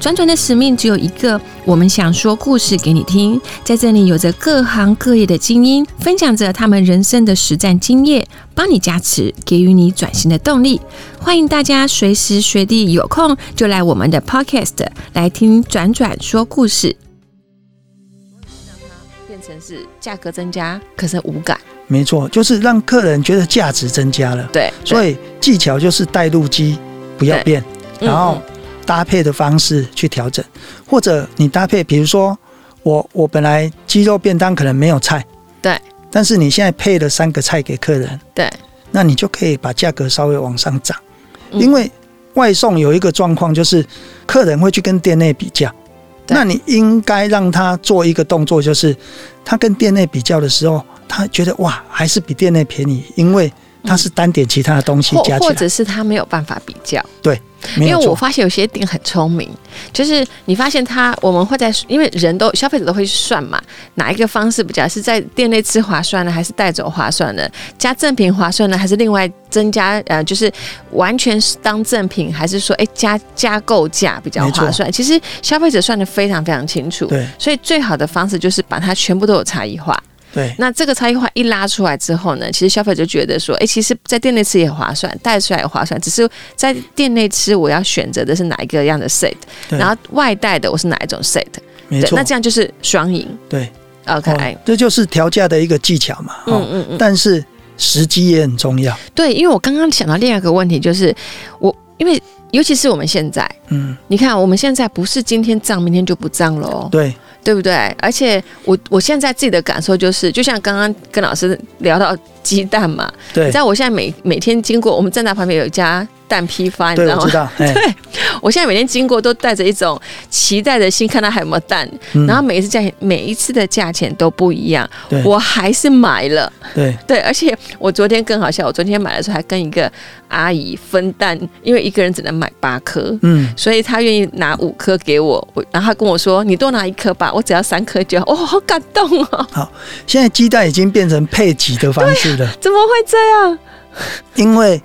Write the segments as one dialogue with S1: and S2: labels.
S1: 转转的使命只有一个，我们想说故事给你听。在这里，有着各行各业的精英，分享着他们人生的实战经验，帮你加持，给予你转型的动力。欢迎大家随时随地有空就来我们的 Podcast 来听转转说故事。变成是价格增加，可是无感，
S2: 没错，就是让客人觉得价值增加了。
S1: 对，
S2: 所
S1: 以
S2: 以技巧就是带路机不要变，
S1: 嗯
S2: 然后搭配的方式去调整，或者你搭配，比如说我我本来鸡肉便当可能没有菜，
S1: 对，
S2: 但是你现在配了三个菜给客人，
S1: 对，
S2: 那你就可以把价格稍微往上涨，
S1: 嗯
S2: 因为外送有一个状况就是客人会去跟店内比价。
S1: 对
S2: 那你应该让他做一个动作，就是他跟店内比较的时候，他觉得哇，还是比店内便宜，因为他是单点其他的东西
S1: 或
S2: 加起
S1: 或
S2: 来。
S1: 者是他没有办法比较。
S2: 没
S1: 因
S2: 有
S1: 为我
S2: 错，
S1: 发现有些店很聪明，就是你发现他，我们会在，因为人都消费者都会去算嘛，哪一个方式比较是在店内吃划算呢，还是带走划算呢？加赠品划算呢，还是另外增加呃，就是完全是当赠品，还是说哎加加购价比较
S2: 没错
S1: 划算？其实消费者算的非常非常清楚，
S2: 对
S1: 所以最好的方式就是把它全部都有差异化。
S2: 对
S1: 那这个差异化一拉出来之后呢，其实消费者就觉得说，哎、其实在店内吃也划算，带出来也划算，只是在店内吃我要选择的是哪一个样的 set，
S2: 对
S1: 然后外带的我是哪一种 set，
S2: 嗯没
S1: 对，
S2: 错
S1: 那，这样就是双赢。
S2: 对，
S1: OK，、
S2: 哦，这就是调价的一个技巧嘛。
S1: 嗯
S2: 哦，
S1: 嗯嗯，
S2: 但是时机也很重要。
S1: 对，因为我刚刚想到另外一个问题，就是我因为尤其是我们现在，
S2: 嗯，
S1: 你看我们现在不是今天涨，明天就不涨了哦。
S2: 对，
S1: 对不对？而且我我现在自己的感受就是，就像刚刚跟老师聊到鸡蛋嘛，你
S2: 对
S1: 知，道我现在每每天经过我们站在旁边有一家蛋批发，你知
S2: 对，
S1: 道
S2: 我
S1: 吗
S2: 知？道。哎，
S1: 我现在每天经过都带着一种期待的心，看它还有没有蛋。
S2: 嗯
S1: 然后每一次价钱，每一次的价钱都不一样
S2: 对，
S1: 我还是买了。
S2: 对，
S1: 对，而且我昨天更好笑，我昨天买的时候还跟一个阿姨分蛋，因为一个人只能买八颗。
S2: 嗯，
S1: 所以她愿意拿五颗给我，我然后她跟我说：“你多拿一颗吧，我只要三颗就好。”哦，好感动哦！
S2: 现在鸡蛋已经变成配给的方式了，
S1: 怎么会这样？
S2: 因为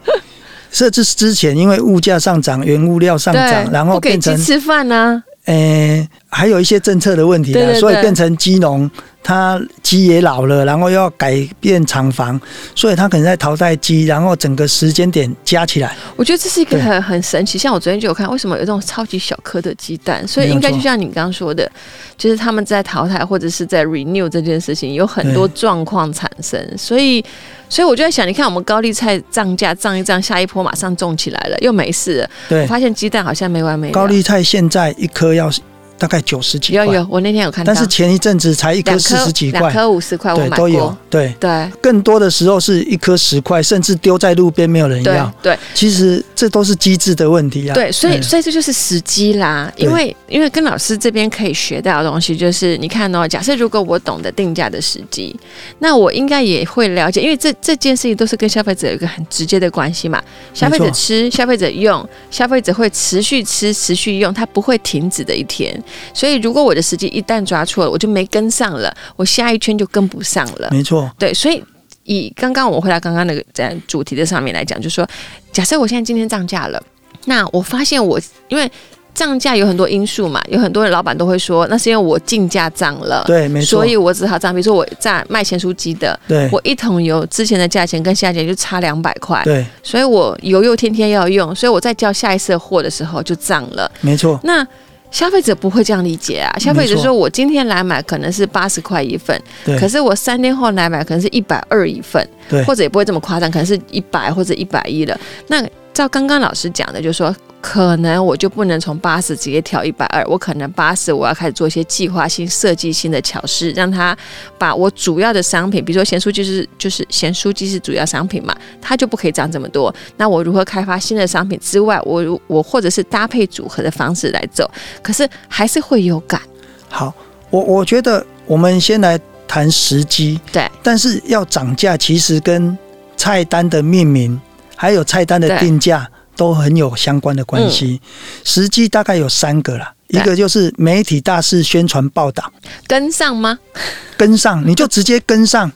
S2: 设置之前，因为物价上涨、原物料上涨，
S1: 对，
S2: 然后
S1: 不给
S2: 变
S1: 鸡
S2: 成
S1: 吃饭啊呢、
S2: 诶，还有一些政策的问题
S1: 对
S2: 啦，
S1: 对
S2: 所以
S1: 对
S2: 变成鸡农，他鸡也老了，然后又要改变厂房，所以他可能在淘汰鸡，然后整个时间点加起来，
S1: 我觉得这是一个
S2: 对
S1: 很很神奇，像我昨天就有看，为什么有这种超级小颗的鸡蛋？所以应该
S2: 没有错
S1: 就像你刚刚说的，就是他们在淘汰或者是在 renew 这件事情有很多状况产生，所以所以我就在想，你看我们高丽菜涨价涨一涨，下一波马上种起来了，又没事了。我
S2: 对，
S1: 发现鸡蛋好像没完没了。
S2: 高丽菜现在一颗要大概九十几
S1: 有
S2: 块，
S1: 有，我那天有看到，
S2: 但是前一阵子才一颗
S1: 两
S2: 四
S1: 颗
S2: 十几
S1: 两
S2: 块，
S1: 颗五十块，我
S2: 对，
S1: 买
S2: 都有
S1: 过。，
S2: 对。
S1: 对
S2: 更多的时候是一颗十块，甚至丢在路边没有人
S1: 对
S2: 要。
S1: 对，
S2: 其实这都是机制的问题啊。
S1: 对，所以
S2: 嗯
S1: 所以这就是时机啦，
S2: 对
S1: 因为因为跟老师这边可以学到的东西，就是你看哦，假设如果我懂得定价的时机，那我应该也会了解，因为这这件事情都是跟消费者有一个很直接的关系嘛。消费者吃，消费者用，消费者会持续吃、持续用，它不会停止的一天。所以如果我的时机一旦抓错了，我就没跟上了，我下一圈就跟不上了。
S2: 没错，
S1: 对，所以以刚刚我们回到刚刚那个在主题的上面来讲，就是说，假设我现在今天涨价了，那我发现我因为涨价有很多因素嘛，有很多人老板都会说，那是因为我进价涨了，
S2: 对，没错
S1: 呃所，以我只好涨。比如说我在卖咸酥鸡的，
S2: 对
S1: 我一桶油之前的价钱跟现在价钱就差两百块，
S2: 对，
S1: 所以我油又天天要用，所以我在叫下一次的货的时候就涨了。
S2: 没错，
S1: 那消费者不会这样理解啊，消费者说我今天来买可能是八十块一份，
S2: 对
S1: 可是我三天后来买可能是一百二一份，
S2: 对
S1: 或者也不会这么夸张，可能是一百或者一百一了。那照刚刚老师讲的，就是说。可能我就不能从八十直接调一百二，我可能八十我要开始做一些计划性、设计性的巧思，让它把我主要的商品，比如说咸酥鸡是就是咸酥鸡是主要商品嘛，它就不可以涨这么多。那我如何开发新的商品之外，我如我或者是搭配组合的方式来走，可是还是会有感。
S2: 好，我我觉得我们先来谈时机。
S1: 对，
S2: 但是要涨价，其实跟菜单的命名还有菜单的定价都很有相关的关系。时机大概有三个啦，一
S1: 嗯对
S2: 个就是媒体大肆宣传报道，
S1: 跟上吗？
S2: 跟上你就直接跟上，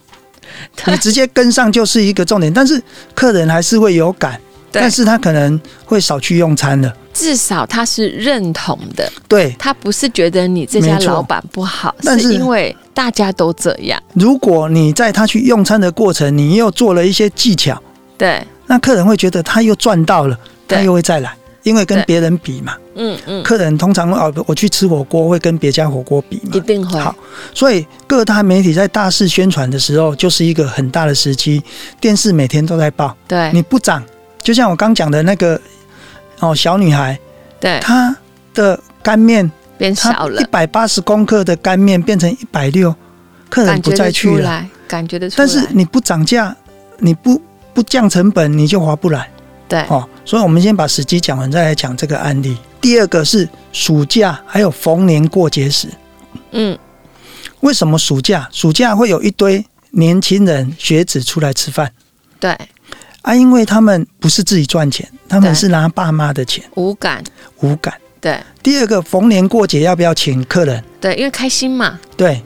S1: 对
S2: 你直接跟上就是一个重点。但是客人还是会有感，
S1: 对
S2: 但是他可能会少去用餐了。
S1: 至少他是认同的，
S2: 对，
S1: 他不是觉得你这家
S2: 没错
S1: 老板不好，
S2: 但
S1: 是
S2: 是
S1: 因为大家都这样。
S2: 如果你在他去用餐的过程，你又做了一些技巧，
S1: 对，
S2: 那客人会觉得他又赚到了，
S1: 对
S2: 他又会再来，因为跟
S1: 对
S2: 别人比嘛。
S1: 嗯嗯，
S2: 客人通常哦，我去吃火锅会跟别家火锅比
S1: 一
S2: 嘛。
S1: 定会。
S2: 嗯好，所以各大媒体在大肆宣传的时候，就是一个很大的时机。电视每天都在报，
S1: 对
S2: 你不涨，就像我刚讲的那个哦，小女孩，
S1: 对，
S2: 她的干面，
S1: 变
S2: 她
S1: 少
S2: 一
S1: 了，
S2: 百八十公克的干面变成一百六，客人
S1: 感
S2: 不
S1: 觉
S2: 再
S1: 得
S2: 去
S1: 出
S2: 了。
S1: 来，感觉得出来。
S2: 但是你不涨价，你不不降成本，你就划不来
S1: 对
S2: 哦。所以我们先把时机讲完，再来讲这个案例。第二个是暑假，还有逢年过节时，
S1: 嗯，
S2: 为什么暑假？暑假会有一堆年轻人学子出来吃饭
S1: 对，
S2: 啊，因为他们不是自己赚钱，他们
S1: 对
S2: 是拿爸妈的钱，
S1: 无感，
S2: 无感。
S1: 对
S2: 第二个，逢年过节要不要请客人？
S1: 对，因为开心嘛，
S2: 对，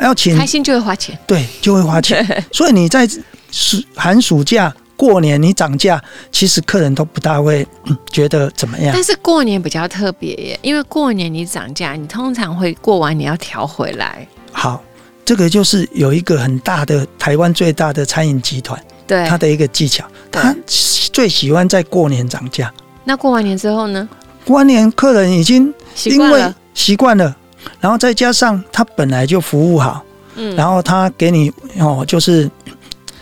S2: 要请
S1: 开，心就会花钱。
S2: 对，就会花钱。所以你在暑寒暑假、过年你涨价，其实客人都不大会嗯觉得怎么样
S1: 但。是过年比较特别耶，因为过年你涨价，你通常会过完你要调回来。
S2: 好，这个就是有一个很大的台湾最大的餐饮集团，
S1: 对
S2: 它，的一个技巧，
S1: 对
S2: 它最喜欢在过年涨价。
S1: 那过完年之后呢？
S2: 过年客人已经
S1: 习
S2: 因
S1: 惯
S2: 为
S1: 了，
S2: 习惯了，然后再加上他本来就服务好，
S1: 嗯，
S2: 然后他给你哦，就是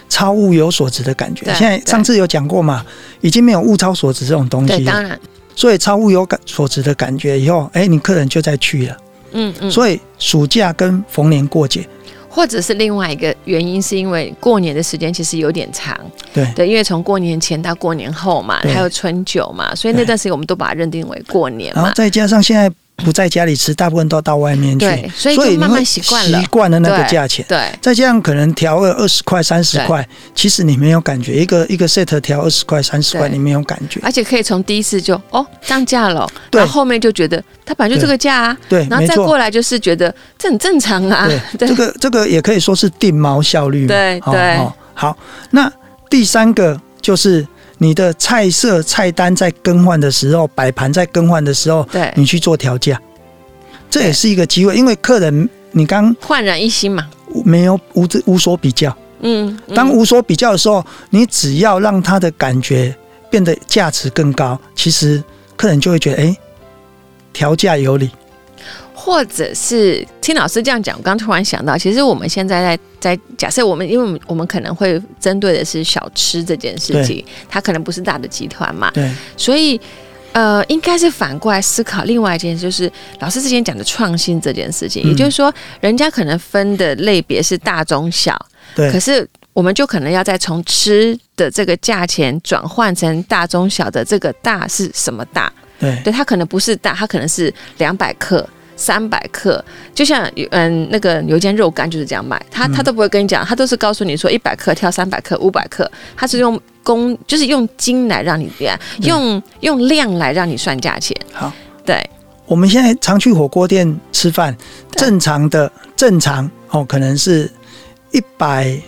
S2: 超物有所值的感觉
S1: 对。
S2: 现在
S1: 对
S2: 上次有讲过嘛，已经没有物超所值这种东
S1: 对，
S2: 西了，
S1: 当然，
S2: 所以超物有感所值的感觉以后，哎，你客人就再去了。
S1: 嗯嗯。
S2: 所以暑假跟逢年过节，
S1: 或者是另外一个原因，是因为过年的时间其实有点长，
S2: 对
S1: 对，因为从过年前到过年后嘛，
S2: 对
S1: 还有春酒嘛，所以那
S2: 对
S1: 段时间我们都把它认定为过年
S2: 然后
S1: 嘛，
S2: 再加上现在不在家里吃，大部分都到外面去，
S1: 对，所以
S2: 所以
S1: 就
S2: 你
S1: 慢慢
S2: 会
S1: 习惯了
S2: 习，惯了那个
S1: 对
S2: 价钱。
S1: 对
S2: 再加上可能调个二十块、三十
S1: 对
S2: 块，其实你没有感觉。一个一个 set 调二十块、三十块，
S1: 对啊
S2: 你没有感觉。
S1: 而且可以从第一次就哦涨价了，
S2: 对
S1: 然后后面就觉得它本来就这个价啊，
S2: 对，
S1: 然后
S2: 没
S1: 再
S2: 错。
S1: 过来就是觉得这很正常啊，
S2: 对，这个这个也可以说是定毛效率嘛。
S1: 对对
S2: 好，那第三个就是你的菜色菜单在更换的时候，摆盘在更换的时候，
S1: 对，
S2: 你去做调价，这也
S1: 对
S2: 是一个机会，因为客人你刚
S1: 焕然一新嘛，
S2: 没有无知无所比较，
S1: 嗯，嗯
S2: 当无所比较的时候，你只要让他的感觉变得价值更高，其实客人就会觉得哎。调价有理，
S1: 或者是听老师这样讲，我刚突然想到，其实我们现在在在假设我们，因为我们我们可能会针对的是小吃这件事情，它可能不是大的集团嘛，
S2: 对
S1: 所以呃，应该是反过来思考另外一件事，就是老师之前讲的创新这件事情，
S2: 嗯
S1: 也就是说，人家可能分的类别是大中小，可
S2: 对
S1: 是。我们就可能要再从吃的这个价钱转换成大中小的这个大是什么大？
S2: 对
S1: 对，它可能不是大，它可能是两百克、三百克，就像有嗯那个有一间肉干就是这样卖，他
S2: 嗯
S1: 他都不会跟你讲，他都是告诉你说一百克挑三百克、五百克，他是用公就是用斤来让你量，用用量来让你算价钱。
S2: 好，
S1: 对
S2: 我们现在常去火锅店吃饭，
S1: 对
S2: 正常的正常哦，可能是一百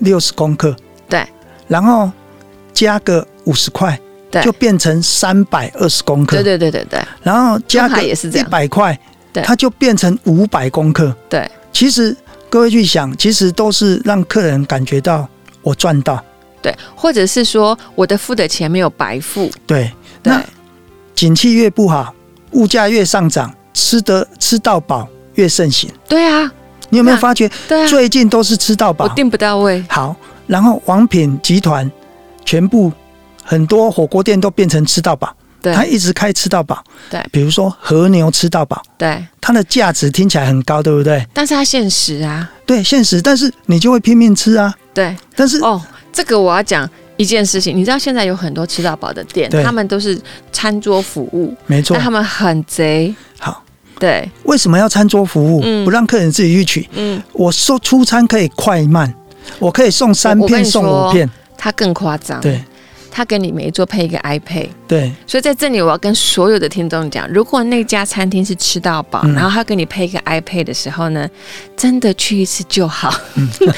S2: 六十公克，
S1: 对，
S2: 然后加个五十块，
S1: 对
S2: 就变成三百二十公克，
S1: 对对对对对
S2: 然后加
S1: 上海
S2: 个
S1: 也是这
S2: 一
S1: 样
S2: 百块，
S1: 对
S2: 它就变成五百公克。
S1: 对
S2: 其实各位去想，其实都是让客人感觉到我赚到，
S1: 对，或者是说我的付的钱没有白付，
S2: 对，
S1: 对
S2: 那景气越不好，物价越上涨，吃得吃到饱越盛行。
S1: 对啊
S2: 你有没有
S1: 那
S2: 发觉
S1: 对啊，
S2: 最近都是吃到
S1: 我
S2: 饱？
S1: 定不到位，
S2: 好，然后王品集团全部很多火锅店都变成吃到饱，
S1: 对
S2: 它一直开吃到饱。
S1: 对
S2: 比如说和牛吃到饱，
S1: 对，
S2: 它的价值听起来很高，对不对？
S1: 但是它现实啊，
S2: 对，现实，但是你就会拼命吃啊。
S1: 对。
S2: 但 是
S1: 哦，这个我要讲一件事情，你知道现在有很多吃到饱的店，
S2: 对
S1: 他们都是餐桌服务，
S2: 没错
S1: 但，他们很贼。
S2: 好，
S1: 对，
S2: 为什么要餐桌服务？
S1: 嗯
S2: 不让客人自己去取？
S1: 嗯，
S2: 我说出餐可以快慢，我可以送三
S1: 我我跟
S2: 片
S1: 你说嗯
S2: 送五片，
S1: 他更夸张。
S2: 对，
S1: 他给你每一桌配一个 iPad。
S2: 对，
S1: 所以在这里，我要跟所有的听众讲，如果那家餐厅是吃到饱，
S2: 嗯
S1: 然后他给你配一个 iPad 的时候呢，真的去一次就好。
S2: 嗯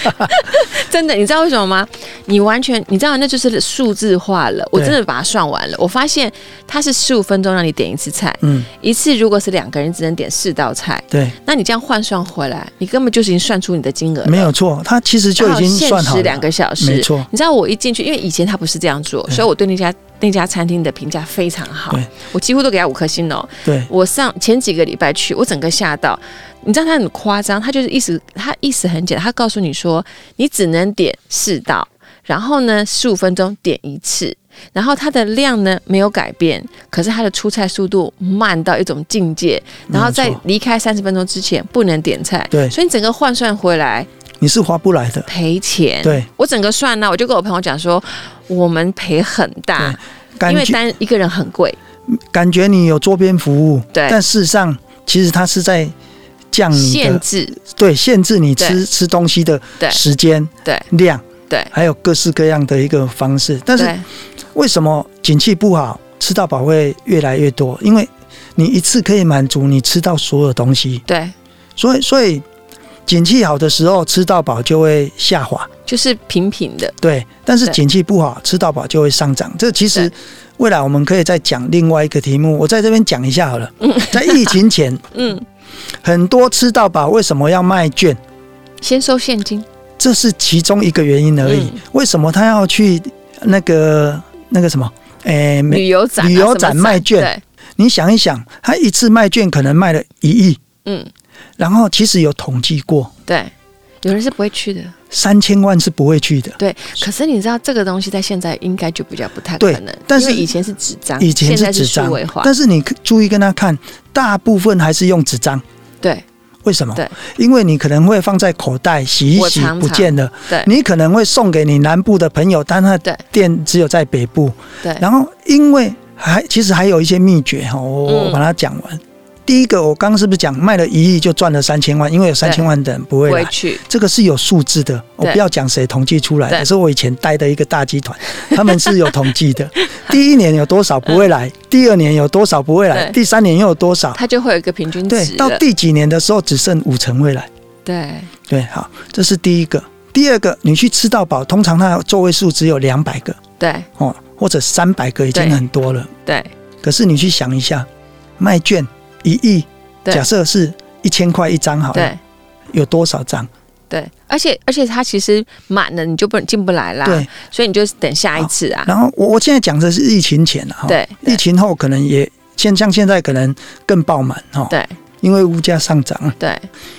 S1: 真的，你知道为什么吗？你完全，你知道那就是数字化了。我
S2: 对
S1: 真的把它算完了，我发现它是十五分钟让你点一次菜，
S2: 嗯，
S1: 一次如果是两个人只能点四道菜，
S2: 对，
S1: 那你这样换算回来，你根本就已经算出你的金额了
S2: 没有错，他其实就已
S1: 刚好
S2: 经算
S1: 限
S2: 好
S1: 时
S2: 了，
S1: 两个小时，
S2: 没错
S1: 你知道我一进去，因为以前他不是这样做，
S2: 对
S1: 所以我对那家那家餐厅的评价非常好
S2: 对，
S1: 我几乎都给他五颗星哦。
S2: 对，
S1: 我上前几个礼拜去，我整个吓到。你知道他很夸张，他就是意思，他意思很简单，他告诉你说你只能点四道，然后呢十五分钟点一次，然后它的量呢没有改变，可是它的出菜速度慢到一种境界，然后在
S2: 没有错
S1: 离开三十分钟之前不能点菜，
S2: 对
S1: 所以你整个换算回来
S2: 你是划不来的，
S1: 赔钱，
S2: 对，
S1: 我整个算呢，我就跟我朋友讲说，我们赔很大，因
S2: 感
S1: 为
S2: 觉
S1: 单一个人很贵，
S2: 感觉你有桌边服务，
S1: 对
S2: 但事实上其实他是在降你
S1: 限
S2: 的，
S1: 制，
S2: 对，限制你
S1: 对
S2: 吃吃东西的
S1: 对
S2: 时间、
S1: 对
S2: 量，
S1: 对
S2: 还有各式各样的一个方式。但是
S1: 对
S2: 为什么景气不好，吃到饱会越来越多？因为你一次可以满足你吃到所有东西，
S1: 对，
S2: 所以所以景气好的时候吃到饱就会下滑，
S1: 就是平平的，
S2: 对。但是
S1: 对
S2: 景气不好，吃到饱就会上涨。这其实
S1: 对
S2: 未来我们可以再讲另外一个题目，我在这边讲一下好了。在疫情前，
S1: 嗯，
S2: 很多吃到饱为什么要卖券？
S1: 先收现金，
S2: 这是其中一个原因而已。
S1: 嗯
S2: 为什么他要去那个那个什么？诶、没
S1: 旅游展啊、
S2: 旅游展
S1: 什么
S2: 卖券
S1: 对，
S2: 你想一想，他一次卖券可能卖了一亿，
S1: 嗯，
S2: 然后其实有统计过，
S1: 对，有人是不会去的，
S2: 三千万是不会去的。
S1: 对。可是你知道这个东西在现在应该就比较不太可
S2: 对
S1: 能，
S2: 但是
S1: 因为以前是纸张，
S2: 以
S1: 啊
S2: 前
S1: 现在
S2: 纸张
S1: 数位化，
S2: 但是你注意跟他看，大部分还是用纸张。
S1: 对
S2: 为什么
S1: 对？
S2: 因为你可能会放在口袋洗一
S1: 我
S2: 洗
S1: 常常
S2: 不见了，
S1: 对
S2: 你可能会送给你南部的朋友，但他
S1: 对
S2: 的店只有在北部。
S1: 对，
S2: 然后因为还其实还有一些秘诀哈，我我
S1: 嗯
S2: 把它讲完。第一个，我刚刚是不是讲卖了一亿就赚了三千万？因为有三千万的人不
S1: 不
S2: 会
S1: 会
S2: 来，
S1: 去，
S2: 这个是有数字的，我
S1: 对
S2: 不要讲谁统计出来
S1: 对
S2: 的，是我以前待的一个大集团，他们是有统 计的。第一年有多少不会来，第二年有多少不会来，
S1: 对
S2: 第三年又有多少？
S1: 它就会有一个平均
S2: 对
S1: 值，
S2: 到
S1: 了，
S2: 第几年的时候只剩五成会来。
S1: 对
S2: 对，好，这是第一个。第二个，你去吃到饱，通常它的座位数只有两百个
S1: 对
S2: 哦，或者三百个已经
S1: 对
S2: 很多了。
S1: 对
S2: 可是你去想一下，卖券一亿，
S1: 对
S2: 假设是一千块一张好嗯了，
S1: 对。
S2: 有多少张？
S1: 对，而且而且它其实满了，你就不进不来啦。
S2: 对，
S1: 所以你就等下一次啊。
S2: 然后我我现在讲的是疫情前哈，
S1: 对对
S2: 疫情后可能也现像现在可能更爆满哈，
S1: 对
S2: 因为物价上涨。
S1: 对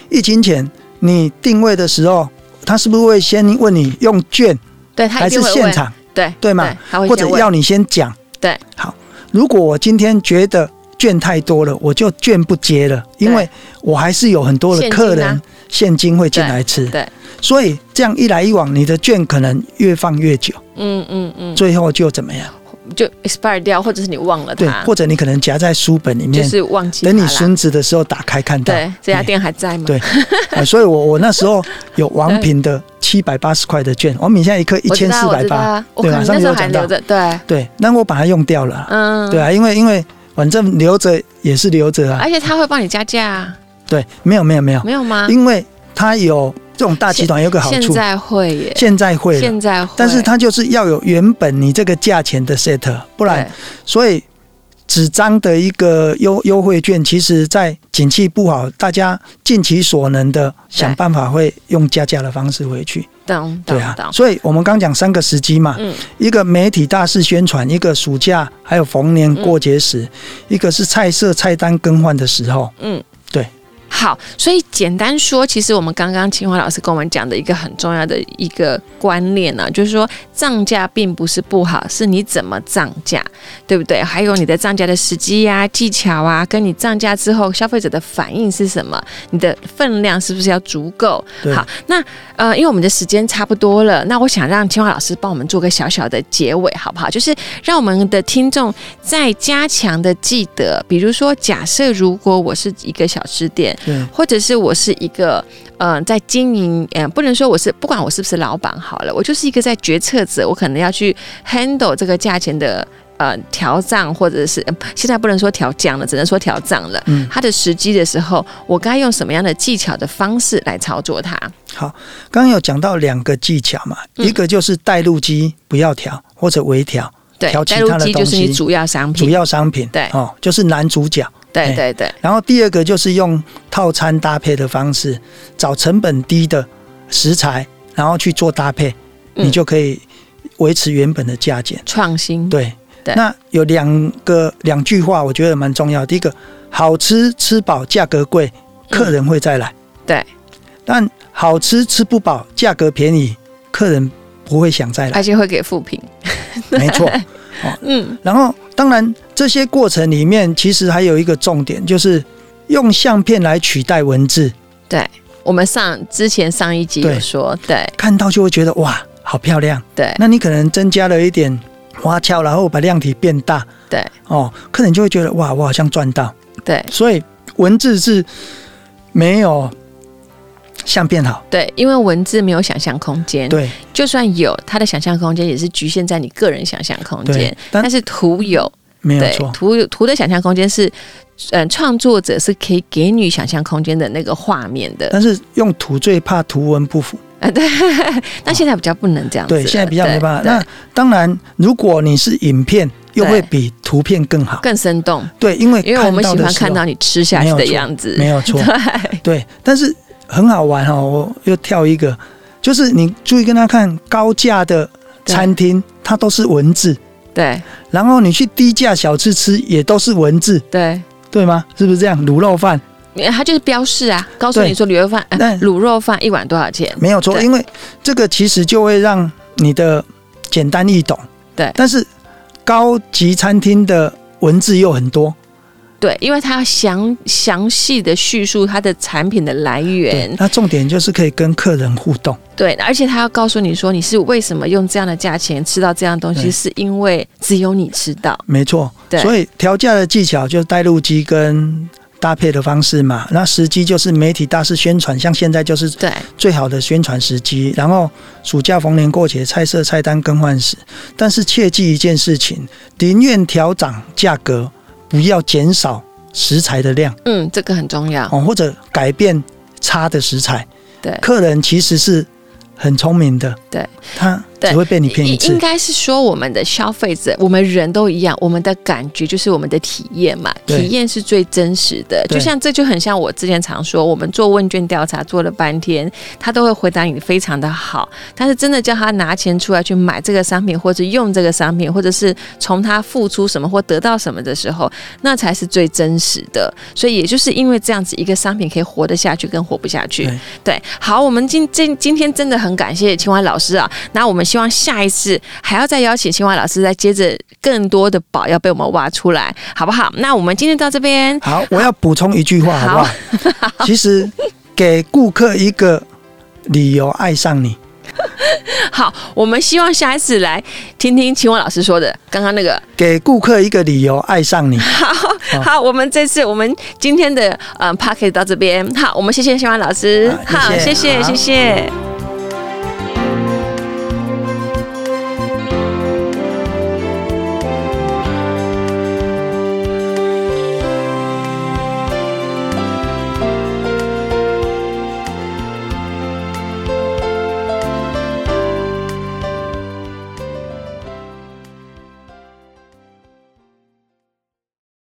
S2: 疫情前你定位的时候，他是不是会先问你用券
S1: 对，他
S2: 还
S1: 一
S2: 是
S1: 定会
S2: 现
S1: 问，
S2: 场，
S1: 对
S2: 对嘛？
S1: 他会
S2: 或者
S1: 先问，
S2: 要你先讲？
S1: 对，
S2: 好，如果我今天觉得券太多了，我就券不接了，因为我还是有很多的
S1: 现
S2: 客
S1: 金
S2: 人
S1: 啊
S2: 现金会进来吃，
S1: 对，
S2: 所以这样一来一往，你的券可能越放越久，
S1: 嗯嗯嗯，
S2: 最后就怎么样？
S1: 就 expire 掉，或者是你忘了
S2: 对，
S1: 它，
S2: 或者你可能夹在书本里
S1: 就
S2: 面，
S1: 是忘记它
S2: 等你
S1: 啦
S2: 孙子的时候打开看到。
S1: 对这家店还在吗？
S2: 对啊所以我我那时候有王品的七百八十块的券，王品现在一颗一
S1: 我知
S2: 千
S1: 道
S2: 四
S1: 我
S2: 百
S1: 知道
S2: 八
S1: 啊，我
S2: 对
S1: 可
S2: 吧？
S1: 能
S2: 上
S1: 那
S2: 次
S1: 时
S2: 有
S1: 候还
S2: 讲
S1: 留
S2: 到，
S1: 着，对，
S2: 对，那我把它用掉了啊，
S1: 嗯，
S2: 对啊，因为因为反正留着也是留着啊，
S1: 而且他会帮你加价啊，
S2: 对，没有没有没有，啊
S1: 没有吗？
S2: 因为它有这种大集团有个好
S1: 现
S2: 处，
S1: 在会耶，
S2: 现在会了，
S1: 现在会，
S2: 但是它就是要有原本你这个价钱的 set，不
S1: 不
S2: 然所以纸张的一个优优惠券，其实在景气不好，大家尽其所能的想办法会用加价的方式回去，
S1: 等
S2: 对
S1: 等
S2: 啊
S1: 等，，
S2: 所以我们刚讲三个时机嘛，
S1: 嗯，
S2: 一个媒体大肆宣传，一个暑假还有逢年过节时，一个是菜色菜单更换的时候，
S1: 嗯，
S2: 对。
S1: 好，所以简单说，其实我们刚刚清华老师跟我们讲的一个很重要的一个观念呢、就是说涨价并不是不好，是你怎么涨价，对不对？还有你的涨价的时机呀、技巧啊，跟你涨价之后消费者的反应是什么，你的分量是不是要足够？
S2: 对
S1: 好，那呃，因为我们的时间差不多了，那我想让清华老师帮我们做个小小的结尾，好不好？就是让我们的听众再加强的记得，比如说，假设如果我是一个小吃店，
S2: 对对
S1: 或者是我是一个嗯、呃在经营，嗯、不能说我是不管我是不是老板好了，我就是一个在决策者，我可能要去 handle 这个价钱的。呃，调涨或者是、呃现在不能说调降了，只能说调涨了。
S2: 嗯
S1: 它的时机的时候，我该用什么样的技巧的方式来操作它？
S2: 刚刚有讲到两个技巧嘛，
S1: 嗯
S2: 一个就是带路机不要调或者微调
S1: 对
S2: 调，其
S1: 带
S2: 他
S1: 入
S2: 的
S1: 机
S2: 东
S1: 就是你
S2: 西
S1: 主要商
S2: 主
S1: 品，
S2: 要商品，
S1: 嗯对
S2: 哦，就是男主角。
S1: 对
S2: 哎
S1: 对对，
S2: 然后第二个就是用套餐搭配的方式，找成本低的食材，然后去做搭配，
S1: 嗯
S2: 你就可以维持原本的价钱。
S1: 创新，
S2: 对，
S1: 对
S2: 那有两个两句话，我觉得蛮重要。第一个，好吃吃饱，价格贵，客人会再来。
S1: 嗯对，
S2: 但好吃吃不饱，价格便宜，客人不会想再来。
S1: 而且会给负评，哎
S2: 没 错。
S1: 嗯，
S2: 然后，当然这些过程里面，其实还有一个重点，就是用相片来取代文字，
S1: 我们上之前上一集有
S2: 对
S1: 说，对
S2: 看到就会觉得哇，好漂亮。
S1: 对
S2: 那你可能增加了一点花俏，然后把量体变大，
S1: 对
S2: 哦，客人就会觉得哇，我好像赚到。
S1: 对
S2: 所以文字是没有相片好，
S1: 对，因为文字没有想象空间，
S2: 对
S1: 就算有，它的想象空间也是局限在你个人想象空间
S2: 对，，但
S1: 但是图有，
S2: 没有
S1: 对
S2: 错，
S1: 图有图的想象空间是，嗯、创作者是可以给你想象空间的那个画面的，
S2: 但是用图最怕图文不符，
S1: 啊， 对，那现在比较不能这样子了，
S2: 对，现在比较没办法。
S1: 对
S2: 那当然，如果你是影片，又会
S1: 对
S2: 比图片更好，
S1: 更生动，
S2: 对，因为
S1: 因为我们
S2: 哎到
S1: 喜
S2: 的
S1: 欢
S2: 时
S1: 看
S2: 候
S1: 到你吃下去
S2: 没有
S1: 的
S2: 错
S1: 样子，
S2: 没有错，
S1: 对
S2: 对，但是很好玩哦，我又跳一个，就是你注意跟他看高价的餐厅，它都是文字。
S1: 对
S2: 然后你去低价小吃吃也都是文字，
S1: 对。
S2: 对吗？是不是这样？卤肉饭
S1: 它就是标示啊，告诉你
S2: 对
S1: 说卤肉饭，呃
S2: 但
S1: 卤肉饭一碗多少钱？
S2: 没有错，
S1: 对
S2: 因为这个其实就会让你的简单易懂。
S1: 对
S2: 但是高级餐厅的文字又很多，
S1: 对，因为它详详细的叙述它的产品的来源，
S2: 那重点就是可以跟客人互动。
S1: 对，而且它要告诉你说你是为什么用这样的价钱吃到这样的东西，
S2: 对
S1: 是因为只有你吃到。
S2: 没错
S1: 对，
S2: 所以调价的技巧就是带路机跟搭配的方式嘛。那时机就是媒体大肆宣传，像现在就是
S1: 对
S2: 最好的宣传时机。然后暑假逢年过节，菜色菜单更换时，但是切记一件事情：宁愿调涨价格，不要减少食材的量
S1: 嗯，这个很重要。
S2: 哦，或者改变差的食材。
S1: 对
S2: 客人其实是很聪明的，
S1: 对，
S2: 他
S1: 对
S2: 只会被你骗一
S1: 应应
S2: 次。
S1: 该是说，我们的消费者，我们人都一样，我们的感觉就是我们的体验嘛，
S2: 对
S1: 体验是最真实的。
S2: 对
S1: 就像这就很像我之前常说，我们做问卷调查做了半天，他都会回答你非常的好，但是真的叫他拿钱出来去买这个商品，或者用这个商品，或者是从他付出什么或得到什么的时候，那才是最真实的。所以也就是因为这样子，一个商品可以活得下去跟活不下去。
S2: 对
S1: 对，好，我们今今今天真的很感谢青蛙老师啊。那我们希望下一次还要再邀请青蛙老师，再接着更多的宝要被我们挖出来，好不好？那我们今天到这边，
S2: 好，我要补充一句话，好不好？ 其实给顾客一个理由爱上你，
S1: 好，我们希望下一次来听听青蛙老师说的刚刚那个。
S2: 给顾客一个理由爱上你。
S1: 好，好，我们这次我们呃今天的嗯 p a c k e t 到这边，好，我们谢谢青蛙老师，
S2: 好
S1: 好，谢
S2: 谢谢
S1: 谢，
S2: 好
S1: 谢谢